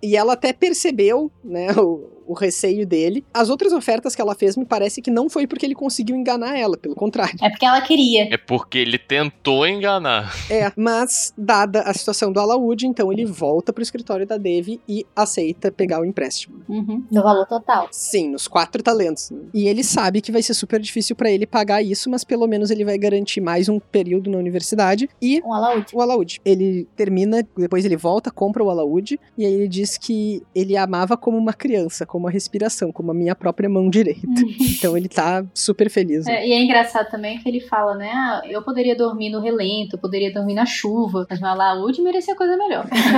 Speaker 1: E ela até percebeu, né, o, o receio dele. As outras ofertas que ela fez me parece que não foi porque ele conseguiu enganar ela, pelo contrário.
Speaker 4: É porque ela queria.
Speaker 2: É porque ele tentou enganar.
Speaker 1: É, mas dada a situação do Alaúde, então ele volta pro escritório da Devi e aceita pegar o empréstimo.
Speaker 4: Uhum.
Speaker 3: No valor total.
Speaker 1: Sim, nos quatro talentos. né? E ele sabe que vai ser super difícil pra ele pagar isso, mas pelo menos ele vai garantir mais um período na universidade e
Speaker 3: Um alaúde.
Speaker 1: o Alaúde. Ele termina, depois ele volta, compra o Alaúde, e aí ele diz que ele amava como uma criança, como a respiração, como a minha própria mão direita. então ele tá super feliz. né?
Speaker 4: É, e é engraçado também que ele fala, né? Ah, eu poderia dormir no relento, eu poderia dormir na chuva, mas meu alaúde merecia coisa melhor.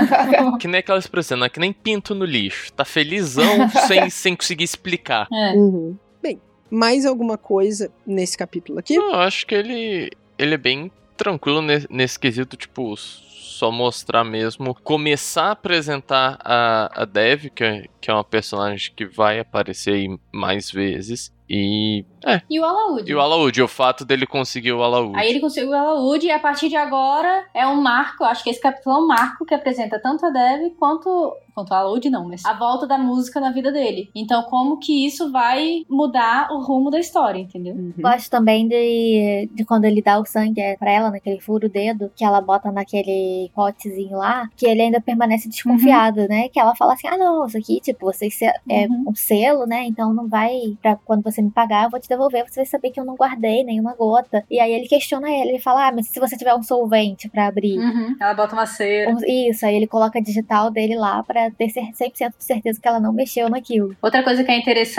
Speaker 2: Que nem aquela expressão, né? Que nem pinto no lixo. Tá felizão sem, sem conseguir explicar.
Speaker 4: É.
Speaker 1: Uhum. Bem, mais alguma coisa nesse capítulo aqui?
Speaker 2: Não, eu acho que ele, ele é bem tranquilo ne- nesse quesito, tipo, só mostrar mesmo. Começar a apresentar a, a Dev, que é, que é uma personagem que vai aparecer aí mais vezes. E. É.
Speaker 4: E o alaúde.
Speaker 2: E o Alaúde, o fato dele conseguir o Alaúde.
Speaker 4: Aí ele conseguiu o alaúde e a partir de agora é um marco, eu acho que esse capítulo é um marco que apresenta tanto a Dev quanto... Quanto a alaúde não, mas a volta da música na vida dele. Então como que isso vai mudar o rumo da história, entendeu?
Speaker 1: Uhum.
Speaker 3: Gosto também de, de quando ele dá o sangue é, pra ela, né, naquele furo o dedo, que ela bota naquele potezinho lá, que ele ainda permanece desconfiado, né? Que ela fala assim: ah, não, isso aqui, tipo, vocês se- é
Speaker 4: Uhum.
Speaker 3: um selo, né? Então não vai. Pra quando você me pagar, eu vou te devolver, você vai saber que eu não guardei nenhuma gota. E aí ele questiona ele, ele fala: ah, mas se você tiver um solvente pra abrir.
Speaker 4: Uhum. Ela bota uma cera.
Speaker 3: Um- Isso, aí ele coloca a digital dele lá pra ter cer- 100% de certeza que ela não mexeu naquilo.
Speaker 4: Outra coisa que é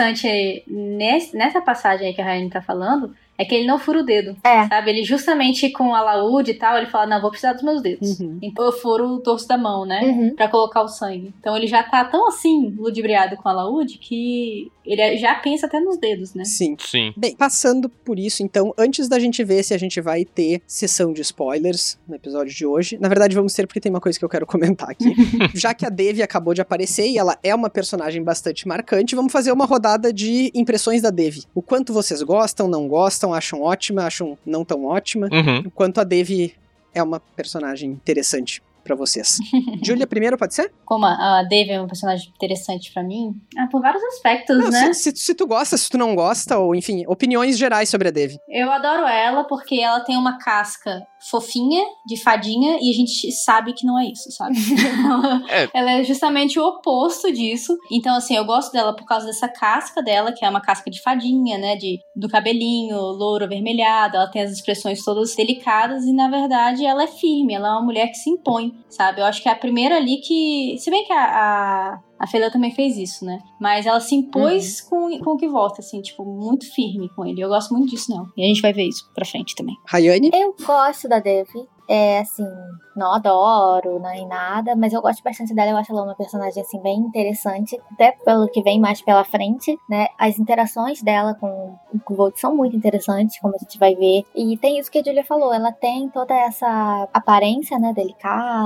Speaker 4: interessante nes- nessa passagem aí que a Rainha tá falando é que ele não fura o dedo.
Speaker 3: É.
Speaker 4: Sabe? Ele justamente com o alaúde e tal, ele fala: não, vou precisar dos meus
Speaker 1: Uhum.
Speaker 4: dedos. Então eu furo o torso da mão, né?
Speaker 3: Uhum.
Speaker 4: Pra colocar o sangue. Então ele já tá tão assim, ludibriado com o alaúde, que ele já pensa até nos dedos, né?
Speaker 1: Sim.
Speaker 2: Sim.
Speaker 1: Bem, passando por isso, então, antes da gente ver se a gente vai ter sessão de spoilers no episódio de hoje, na verdade vamos ter porque tem uma coisa que eu quero comentar aqui. Já que a Devi acabou de aparecer e ela é uma personagem bastante marcante, vamos fazer uma rodada de impressões da Devi. O quanto vocês gostam, não gostam, acham ótima, acham não tão ótima,
Speaker 2: Uhum.
Speaker 1: o quanto a Devi é uma personagem interessante pra vocês. Julia, primeiro, pode ser?
Speaker 4: Como a, a Dave é um personagem interessante pra mim, ah, por vários aspectos,
Speaker 1: Não,
Speaker 4: né?
Speaker 1: se, se- se tu gosta, se tu não gosta, ou enfim, opiniões gerais sobre a Devi.
Speaker 4: Eu adoro ela porque ela tem uma casca fofinha, de fadinha, e a gente sabe que não é isso, sabe?
Speaker 2: É.
Speaker 4: Ela é justamente o oposto disso. Então, assim, eu gosto dela por causa dessa casca dela, que é uma casca de fadinha, né? De, do cabelinho, louro, avermelhado. Ela tem as expressões todas delicadas e, na verdade, ela é firme. Ela é uma mulher que se impõe, sabe? Eu acho que é a primeira ali que... Se bem que a... a... a Fela também fez isso, né? Mas ela se impôs com, com o que volta, assim, tipo, muito firme com ele. Eu gosto muito disso, não. E a gente vai ver isso pra frente também.
Speaker 1: Rayane?
Speaker 3: Eu gosto da Devi. É assim, não adoro, nem nada, mas eu gosto bastante dela. Eu acho ela uma personagem assim bem interessante, até pelo que vem mais pela frente, né? As interações dela com, com o Volt são muito interessantes, como a gente vai ver. E tem isso que a Julia falou, ela tem toda essa aparência, né,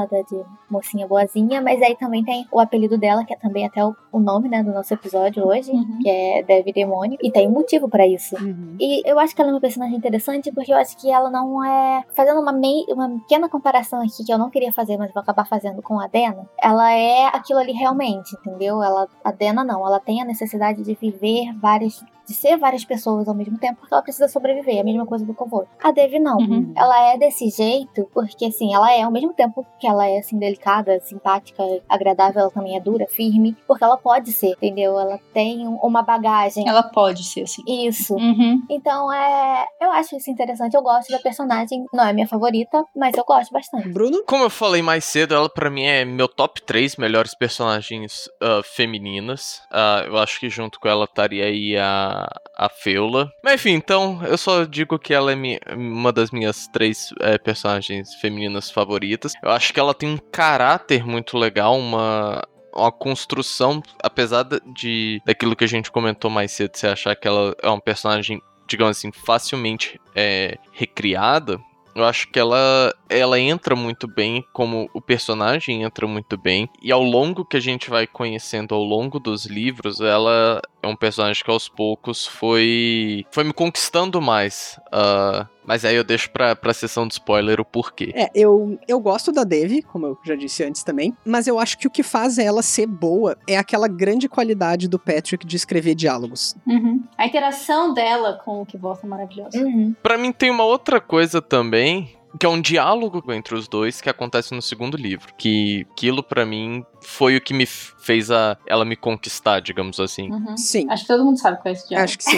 Speaker 3: delicada, de mocinha boazinha, mas aí também tem o apelido dela, que é também até o, o nome, né, do nosso episódio hoje,
Speaker 4: Uhum.
Speaker 3: que é Devi Demônio, e tem um motivo pra isso.
Speaker 1: Uhum.
Speaker 3: E eu acho que ela é uma personagem interessante porque eu acho que ela não é. Fazendo uma, mei... uma pequena comparação aqui que eu não queria fazer, mas vou acabar fazendo com a Dena. Ela é aquilo ali realmente, entendeu? Ela... A Dena não. Ela tem a necessidade de viver várias de ser várias pessoas ao mesmo tempo, porque ela precisa sobreviver. É a mesma coisa do Kovold. A Devi não. Uhum. Ela é desse jeito, porque assim, ela é ao mesmo tempo que ela é assim, delicada, simpática, agradável, ela também é dura, firme, porque ela pode ser, entendeu? Ela tem um, uma bagagem.
Speaker 4: Ela pode ser, assim.
Speaker 3: Isso.
Speaker 4: Uhum.
Speaker 3: Então é. Eu acho isso interessante. Eu gosto da personagem. Não é minha favorita, mas eu gosto bastante.
Speaker 1: Bruno?
Speaker 2: Como eu falei mais cedo, ela pra mim é meu top 3 melhores personagens uh, femininas. Uh, eu acho que junto com ela estaria aí a, a Feula. Mas enfim, então eu só digo que ela é minha, uma das minhas três é, personagens femininas favoritas. Eu acho que ela tem um caráter muito legal, uma uma construção, apesar de daquilo que a gente comentou mais cedo, você achar que ela é um personagem, digamos assim, facilmente é, recriada. Eu acho que ela, ela entra muito bem, como o personagem entra muito bem. E ao longo que a gente vai conhecendo, ao longo dos livros, ela é um personagem que aos poucos foi, foi me conquistando mais. Uh, mas aí eu deixo pra, pra sessão de spoiler o porquê.
Speaker 1: É, eu, eu gosto da Devi, como eu já disse antes também, mas eu acho que o que faz ela ser boa é aquela grande qualidade do Patrick de escrever diálogos.
Speaker 4: Uhum. A interação dela com o que volta é maravilhosa.
Speaker 3: Uhum.
Speaker 2: Pra mim tem uma outra coisa também, que é um diálogo entre os dois que acontece no segundo livro. Que aquilo para mim foi o que me fez a, ela me conquistar, digamos assim.
Speaker 4: Uhum.
Speaker 1: Sim.
Speaker 4: Acho que todo mundo sabe qual é esse diálogo.
Speaker 1: Acho que sim.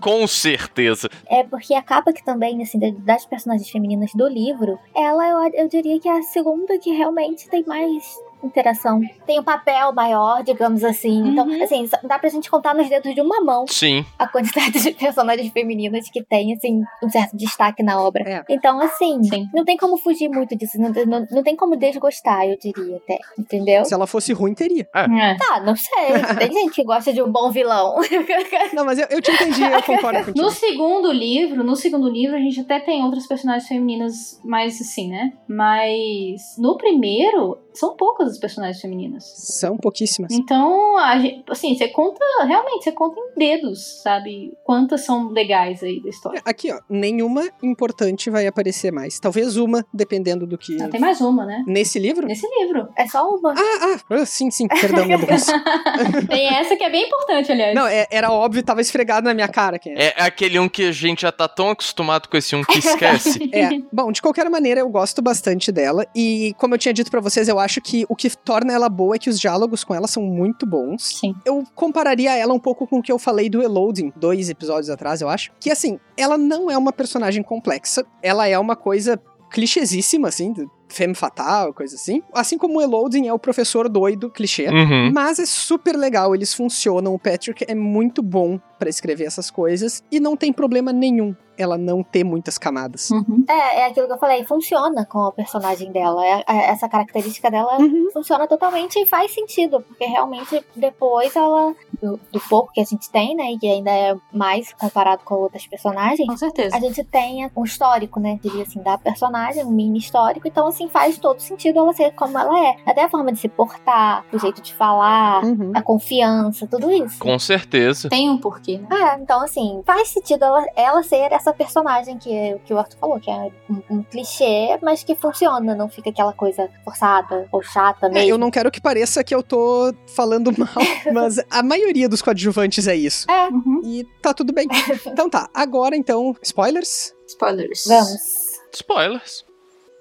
Speaker 2: Com certeza.
Speaker 3: É porque acaba que também, assim, das personagens femininas do livro, ela eu, eu diria que é a segunda que realmente tem mais interação. Tem um papel maior, digamos assim. Uhum. Então, assim, dá pra gente contar nos dedos de uma mão
Speaker 2: Sim.
Speaker 3: a quantidade de personagens femininas que tem, assim, um certo destaque na obra.
Speaker 1: É.
Speaker 3: Então, assim,
Speaker 4: Sim.
Speaker 3: não tem como fugir muito disso. Não, não, não tem como desgostar, eu diria até. Entendeu?
Speaker 1: Se ela fosse ruim, teria.
Speaker 4: É.
Speaker 3: Tá, não sei. Tem gente que gosta de um bom vilão.
Speaker 1: Não, mas eu, eu te entendi, eu concordo contigo.
Speaker 4: No segundo livro, no segundo livro, a gente até tem outras personagens femininas mais assim, né? Mas no primeiro, são poucas as personagens femininas.
Speaker 1: São pouquíssimas.
Speaker 4: Então, a gente- assim, você conta, realmente, você conta em dedos, sabe? Quantas são legais aí da história.
Speaker 1: Aqui, ó, nenhuma importante vai aparecer mais. Talvez uma, dependendo do que.
Speaker 4: Não, tem mais uma, né?
Speaker 1: Nesse livro?
Speaker 4: Nesse livro.
Speaker 3: É só uma.
Speaker 1: Ah, ah, ah, sim, sim, perdão, meu Deus.
Speaker 4: Tem essa que é bem importante, aliás.
Speaker 1: Não, é- era óbvio, tava esfregado na minha cara. Que
Speaker 2: É aquele um que a gente já tá tão acostumado com esse um que esquece.
Speaker 1: É, bom, de qualquer maneira, eu gosto bastante dela. E como eu tinha dito pra vocês, eu acho que o que torna ela boa é que os diálogos com ela são muito bons.
Speaker 4: Sim.
Speaker 1: Eu compararia ela um pouco com o que eu falei do Eloding, dois episódios atrás, eu acho. Que assim, ela não é uma personagem complexa. Ela é uma coisa clichêsíssima, assim, do femme fatal, coisa assim. Assim como o Eloding é o professor doido clichê.
Speaker 2: Uhum.
Speaker 1: Mas é super legal, eles funcionam. O Patrick é muito bom pra escrever essas coisas e não tem problema nenhum ela não ter muitas camadas.
Speaker 4: Uhum.
Speaker 3: É, é aquilo que eu falei, funciona com a personagem dela. É- é- essa característica dela
Speaker 1: Uhum.
Speaker 3: funciona totalmente e faz sentido, porque realmente depois ela, do, do pouco que a gente tem, né, e que ainda é mais comparado com outras personagens,
Speaker 4: Com certeza.
Speaker 3: a gente tem um histórico, né, diria assim, da personagem, um mini histórico, então assim, faz todo sentido ela ser como ela é. Até a forma de se portar, o jeito de falar,
Speaker 1: Uhum.
Speaker 3: a confiança, tudo isso.
Speaker 2: Com certeza.
Speaker 4: Tem um porquê, né?
Speaker 3: É, então assim, faz sentido ela, ela ser essa personagem que, que o Arthur falou, que é um, um clichê, mas que funciona, não fica aquela coisa forçada ou chata
Speaker 1: É,
Speaker 3: mesmo.
Speaker 1: eu não quero que pareça que eu tô falando mal, mas a maioria dos coadjuvantes é isso.
Speaker 4: Uhum.
Speaker 1: E tá tudo bem. Então tá, agora então, spoilers?
Speaker 4: Spoilers.
Speaker 3: Vamos.
Speaker 2: Spoilers.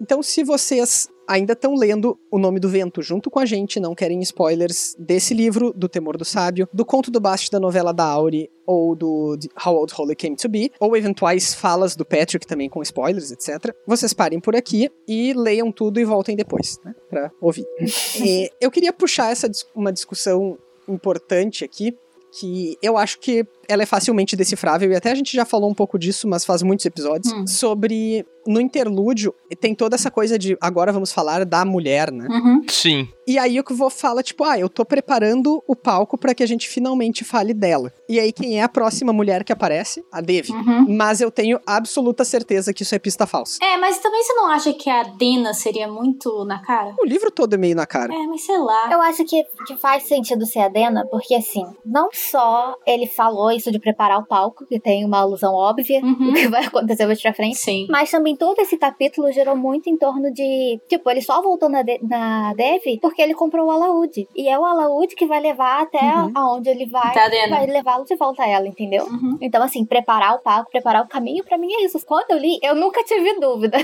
Speaker 1: Então, se vocês ainda estão lendo O Nome do Vento junto com a gente, não querem spoilers desse livro, do Temor do Sábio, do Conto do Bast da novela da Auri, ou do de How Old Holy Came to Be, ou eventuais falas do Patrick também com spoilers, etc., vocês parem por aqui e leiam tudo e voltem depois, né? Pra ouvir. É, eu queria puxar essa dis- uma discussão importante aqui, que eu acho que ela é facilmente decifrável, e até a gente já falou um pouco disso, mas faz muitos episódios,
Speaker 4: Hum.
Speaker 1: sobre no interlúdio tem toda essa coisa de agora vamos falar da mulher, né?
Speaker 4: Uhum.
Speaker 2: Sim.
Speaker 1: E aí o que vou fala, tipo, ah, eu tô preparando o palco pra que a gente finalmente fale dela. E aí quem é a próxima mulher que aparece? A Devi.
Speaker 4: Uhum.
Speaker 1: Mas eu tenho absoluta certeza que isso é pista falsa.
Speaker 4: É, mas também você não acha que a Dena seria muito na cara?
Speaker 1: O livro todo é meio na cara.
Speaker 4: É, mas sei lá.
Speaker 3: Eu acho que, que faz sentido ser a Dena, porque assim, não só ele falou isso de preparar o palco, que tem uma alusão óbvia do
Speaker 4: Uhum.
Speaker 3: que vai acontecer mais pra frente,
Speaker 4: Sim.
Speaker 3: mas também Em todo esse capítulo gerou muito em torno de. Tipo, ele só voltou na, de na Dev porque ele comprou o Alaúde. E é o Alaúde que vai levar até
Speaker 1: Uhum.
Speaker 3: aonde ele vai.
Speaker 4: Tá vendo?
Speaker 3: Vai levá-lo de volta a ela, entendeu?
Speaker 4: Uhum.
Speaker 3: Então, assim, preparar o palco, preparar o caminho, pra mim é isso. Quando eu li, eu nunca tive dúvida.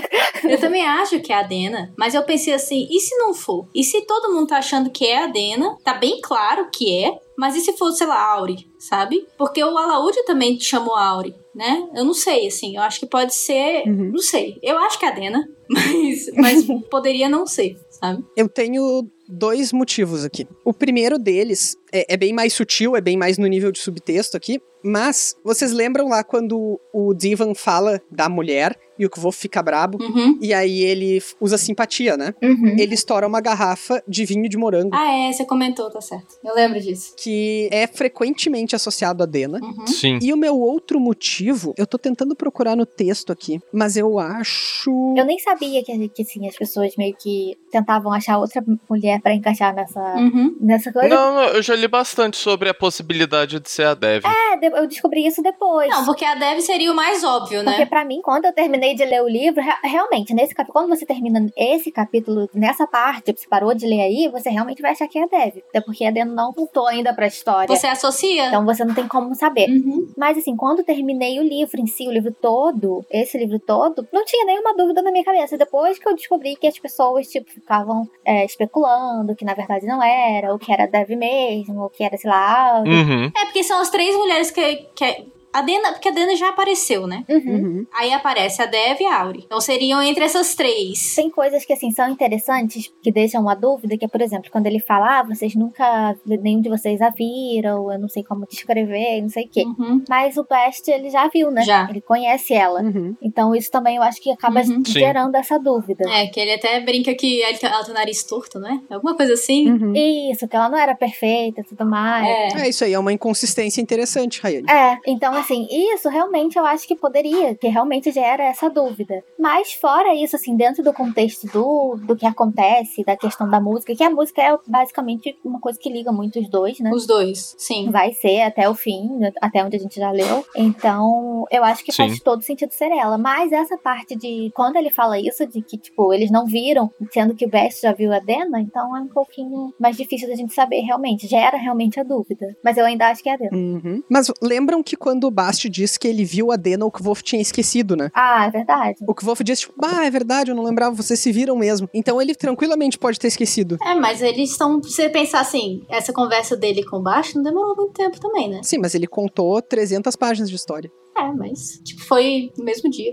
Speaker 4: Eu também acho que é a Dena, mas eu pensei assim, e se não for? E se todo mundo tá achando que é a Dena, tá bem claro que é, mas e se for, sei lá, a Auri, sabe? Porque o Alaúde também chamou a Auri, né? Eu não sei, assim, eu acho que pode ser,
Speaker 1: Uhum.
Speaker 4: não sei. Eu acho que é a Dena, mas, mas poderia não ser, sabe?
Speaker 1: Eu tenho dois motivos aqui. O primeiro deles é, é bem mais sutil, é bem mais no nível de subtexto aqui, mas vocês lembram lá quando o Divan fala da mulher e o Kvof fica brabo?
Speaker 4: Uhum.
Speaker 1: E aí ele f- usa simpatia, né?
Speaker 3: Uhum.
Speaker 1: Ele estoura uma garrafa de vinho de morango,
Speaker 4: Ah, é, você comentou, tá certo. Eu lembro disso.
Speaker 1: que é frequentemente associado a Dena.
Speaker 4: Uhum.
Speaker 2: Sim.
Speaker 1: E o meu outro motivo, eu tô tentando procurar no texto aqui, mas eu acho.
Speaker 3: Eu nem sabia que, que assim, as pessoas meio que tentavam achar outra mulher pra encaixar nessa,
Speaker 4: Uhum.
Speaker 3: nessa coisa.
Speaker 2: Não, não, eu já li bastante sobre a possibilidade de ser a Dev.
Speaker 3: É, de- eu descobri isso depois.
Speaker 4: Não, porque a Dev seria o mais óbvio,
Speaker 3: Porque
Speaker 4: né?
Speaker 3: pra mim, quando eu terminei de ler o livro, re- realmente, nesse cap... quando você termina esse capítulo, nessa parte, tipo, você parou de ler aí, você realmente vai achar que é a Dev. Até porque a Dev não voltou ainda pra história.
Speaker 4: Você associa.
Speaker 3: Então você não tem como saber.
Speaker 4: Uhum.
Speaker 3: Mas assim, quando terminei o livro em si, o livro todo, esse livro todo, não tinha nenhuma dúvida na minha cabeça. Depois que eu descobri que as pessoas, tipo, ficavam é, especulando que na verdade não era, ou que era Dev mesmo, ou que era, sei lá, algo.
Speaker 2: Uhum.
Speaker 4: É, porque são as três mulheres que. que... A Dena, porque a Dena já apareceu, né?
Speaker 3: Uhum.
Speaker 1: Uhum.
Speaker 4: Aí aparece a Dev e a Auri. Então seriam entre essas três.
Speaker 3: Tem coisas que, assim, são interessantes, que deixam uma dúvida, que é, por exemplo, quando ele fala, ah, vocês nunca, nenhum de vocês a viram, eu não sei como descrever, não sei o quê.
Speaker 4: Uhum.
Speaker 3: Mas o Best, ele já viu, né?
Speaker 4: Já. Hum.
Speaker 3: Ele conhece ela.
Speaker 1: Uhum.
Speaker 3: Então isso também eu acho que acaba
Speaker 4: Uhum.
Speaker 2: Sim.
Speaker 3: gerando essa dúvida.
Speaker 4: É, que ele até brinca que ele tem- ela tem o nariz torto, né? Alguma coisa assim.
Speaker 1: Uhum.
Speaker 3: Isso, que ela não era perfeita e tudo mais.
Speaker 4: É.
Speaker 1: É isso aí, é uma inconsistência interessante, Rayane.
Speaker 3: É, então assim, isso realmente eu acho que poderia, que realmente gera essa dúvida. Mas fora isso, assim, dentro do contexto do, do que acontece, da questão da música, que a música é basicamente uma coisa que liga muito os dois, né?
Speaker 4: Os dois, sim.
Speaker 3: Vai ser até o fim, até onde a gente já leu. Então, eu acho que faz todo sentido ser ela. Mas essa parte de quando ele fala isso, de que, tipo, eles não viram, sendo que o Best já viu a Dena, então é um pouquinho mais difícil da gente saber realmente. Gera realmente a dúvida. Mas eu ainda acho que é a Dena.
Speaker 1: Uhum. Mas lembram que quando o Bast diz que ele viu a Dena, o Kvof tinha esquecido, né?
Speaker 3: Ah, é verdade.
Speaker 1: O Kvof diz, tipo, ah, é verdade, eu não lembrava, vocês se viram mesmo. Então ele tranquilamente pode ter esquecido.
Speaker 4: É, mas eles estão. Se você pensar assim, essa conversa dele com o Baixo não demorou muito tempo também, né?
Speaker 1: Sim, mas ele contou 300 páginas de história.
Speaker 4: É, mas. Tipo, foi no mesmo dia.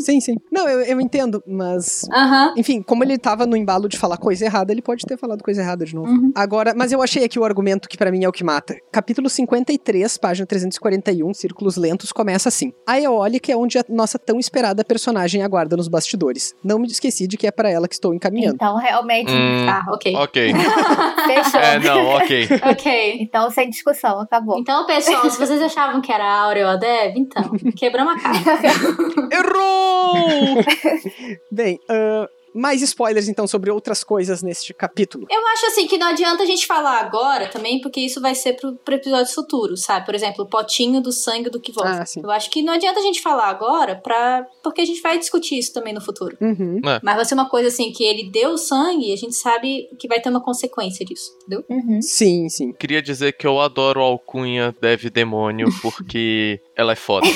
Speaker 1: Sim, sim. Não, eu, eu entendo, mas.
Speaker 4: Aham.
Speaker 1: Enfim, como ele tava no embalo de falar coisa errada, ele pode ter falado coisa errada de novo.
Speaker 4: Uhum.
Speaker 1: Agora, mas eu achei aqui o argumento que pra mim é o que mata. Capítulo 53, página 341, Círculos Lentos, começa assim. A Eólica é onde a nossa tão esperada personagem aguarda nos bastidores. Não me esqueci de que é pra ela que estou encaminhando.
Speaker 3: Então, realmente,
Speaker 2: Hum,
Speaker 4: Tá, ok.
Speaker 2: ok.
Speaker 3: fechou.
Speaker 2: É, não, ok.
Speaker 4: ok.
Speaker 3: Então, sem discussão, acabou.
Speaker 4: Então, pessoal, se vocês achavam que era a Áurea ou a Dev, então, quebramos a cara.
Speaker 2: Errou!
Speaker 1: Bem, ahn, mais spoilers então sobre outras coisas neste capítulo.
Speaker 4: Eu acho assim que não adianta a gente falar agora também, porque isso vai ser pro, pro episódio futuro, sabe? Por exemplo, o potinho do sangue do que volta.
Speaker 1: Ah, sim.
Speaker 4: Eu acho que não adianta a gente falar agora, pra... porque a gente vai discutir isso também no futuro.
Speaker 1: Uhum.
Speaker 4: Mas vai ser uma coisa assim que ele deu o sangue e a gente sabe que vai ter uma consequência disso, entendeu?
Speaker 3: Uhum.
Speaker 1: Sim, sim.
Speaker 2: Queria dizer que eu adoro a alcunha Dev Demônio, porque ela é foda.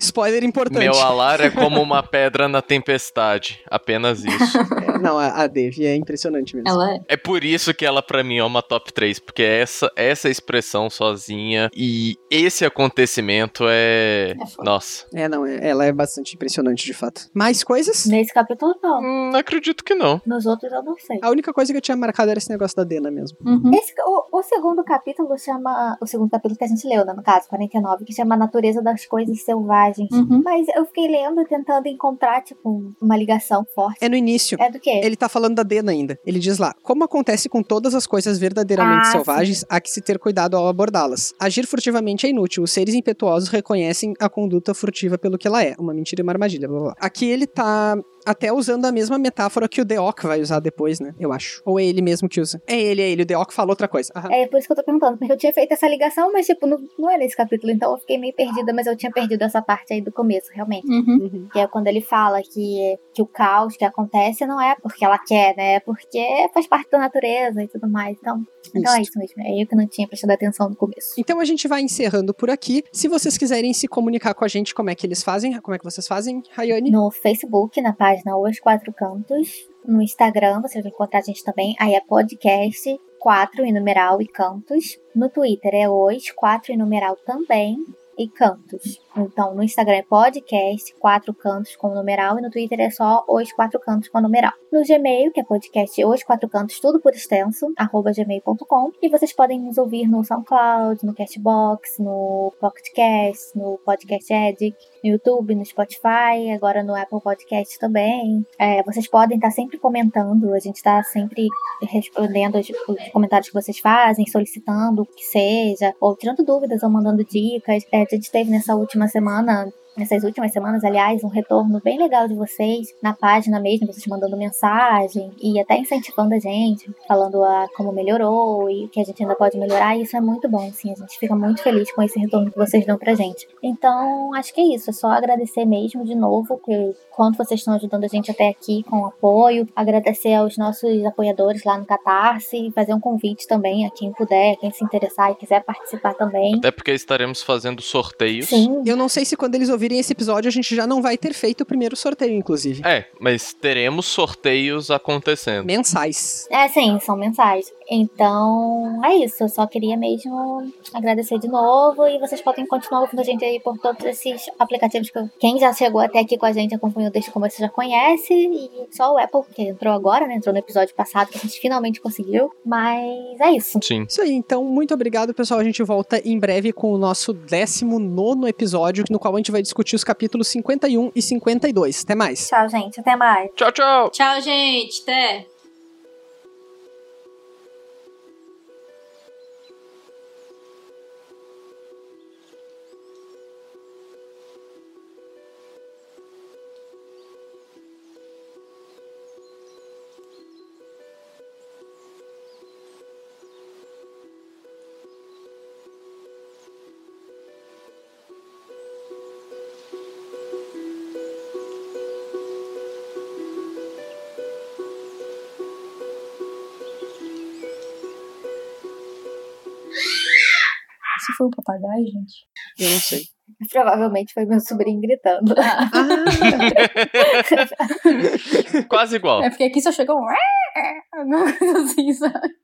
Speaker 1: Spoiler importante.
Speaker 2: Meu alar é como uma pedra na tempestade. Apenas isso.
Speaker 1: É, Não, a, a Devi é impressionante mesmo.
Speaker 4: Ela é.
Speaker 2: É por isso que ela, pra mim, é uma top 3. Porque é essa, essa expressão sozinha e esse acontecimento é.
Speaker 4: É foda.
Speaker 2: Nossa.
Speaker 1: É, não, é- ela é bastante impressionante de fato. Mais coisas?
Speaker 3: Nesse capítulo, não.
Speaker 2: Hum, acredito que não.
Speaker 3: Nos outros, eu não sei.
Speaker 1: A única coisa que eu tinha marcado era esse negócio da Dena mesmo.
Speaker 4: Uhum.
Speaker 3: Esse, o, o segundo capítulo chama. O segundo capítulo que a gente leu, né, no caso, 49, que chama A Natureza das Coisas Selvagens.
Speaker 4: Uhum.
Speaker 3: Mas eu fiquei lendo, tentando encontrar, tipo, uma ligação forte.
Speaker 1: É no início.
Speaker 3: É do quê?
Speaker 1: Ele tá falando da Dena ainda. Ele diz lá: Como acontece com todas as coisas verdadeiramente
Speaker 3: Ah,
Speaker 1: selvagens, há que se ter cuidado ao abordá-las. Agir furtivamente é inútil. Os seres impetuosos reconhecem a conduta furtiva pelo que ela é. Uma mentira e uma armadilha. Blá, blá, blá. Aqui ele tá até usando a mesma metáfora que o Deok vai usar depois, né? Eu acho. Ou é ele mesmo que usa. É ele, é ele. O Deok fala outra coisa. Aham.
Speaker 3: É por isso que eu tô perguntando, porque eu tinha feito essa ligação, mas tipo, não, não é nesse capítulo, então eu fiquei meio perdida, mas eu tinha perdido essa parte aí do começo, realmente.
Speaker 4: Uhum.
Speaker 3: Que é quando ele fala que, que o caos que acontece não é porque ela quer, né? É porque faz parte da natureza e tudo mais. Então, então é
Speaker 1: Isso.
Speaker 3: isso mesmo. É eu que não tinha prestado atenção no começo.
Speaker 1: Então a gente vai encerrando por aqui. Se vocês quiserem se comunicar com a gente, como é que eles fazem? Como é que vocês fazem, Rayane?
Speaker 3: No Facebook, na página Os Quatro Cantos. No Instagram, vocês vão encontrar a gente também. Aí é podcast 4 em numeral e cantos. No Twitter é Os 4 em numeral também e cantos. Então, no Instagram é podcast 4 cantos com numeral e no Twitter é só Os 4 cantos com numeral. No Gmail, que é podcast Os 4 cantos, tudo por extenso, arroba gmail.com. E vocês podem nos ouvir no SoundCloud, no Cashbox, no PocketCast, no Podcast Edit no YouTube, no Spotify, agora no Apple Podcast também. É, vocês podem estar sempre comentando, a gente está sempre respondendo os, os comentários que vocês fazem, solicitando o que seja, ou tirando dúvidas ou mandando dicas. É, a gente teve nessa última semana. Nessas últimas semanas, aliás, um retorno bem legal de vocês na página mesmo, vocês mandando mensagem e até incentivando a gente, falando a como melhorou e o que a gente ainda pode melhorar. E isso é muito bom, assim, a gente fica muito feliz com esse retorno que vocês dão pra gente. Então, acho que é isso. É só agradecer mesmo de novo que quanto vocês estão ajudando a gente até aqui com o apoio. Agradecer aos nossos apoiadores lá no Catarse. Fazer um convite também a quem puder, quem se interessar e quiser participar também.
Speaker 2: Até porque estaremos fazendo sorteios.
Speaker 3: Sim.
Speaker 1: Eu não sei se quando eles ouvirem esse episódio a gente já não vai ter feito o primeiro sorteio, inclusive.
Speaker 2: É, mas teremos sorteios acontecendo.
Speaker 1: Mensais.
Speaker 3: É, sim, são mensagens. Então, é isso. Eu só queria mesmo agradecer de novo. E vocês podem continuar ouvindo a gente aí por todos esses aplicativos que eu- quem já chegou até aqui com a gente, acompanhou desde o começo, já conhece. E só o Apple, que entrou agora, né? Entrou no episódio passado, que a gente finalmente conseguiu. Mas é isso.
Speaker 2: Sim.
Speaker 1: Isso aí, então, muito obrigado, pessoal. A gente volta em breve com o nosso 19 episódio, no qual a gente vai discutir os capítulos 51 e 52. Até mais.
Speaker 3: Tchau, gente. Até mais.
Speaker 2: Tchau, tchau!
Speaker 4: Tchau, gente. Até.
Speaker 3: Isso foi um papagaio, gente?
Speaker 1: Eu não sei.
Speaker 3: Provavelmente foi meu sobrinho gritando.
Speaker 1: Ah,
Speaker 2: Quase igual.
Speaker 4: É porque aqui só chegou um. Alguma coisa assim, sabe?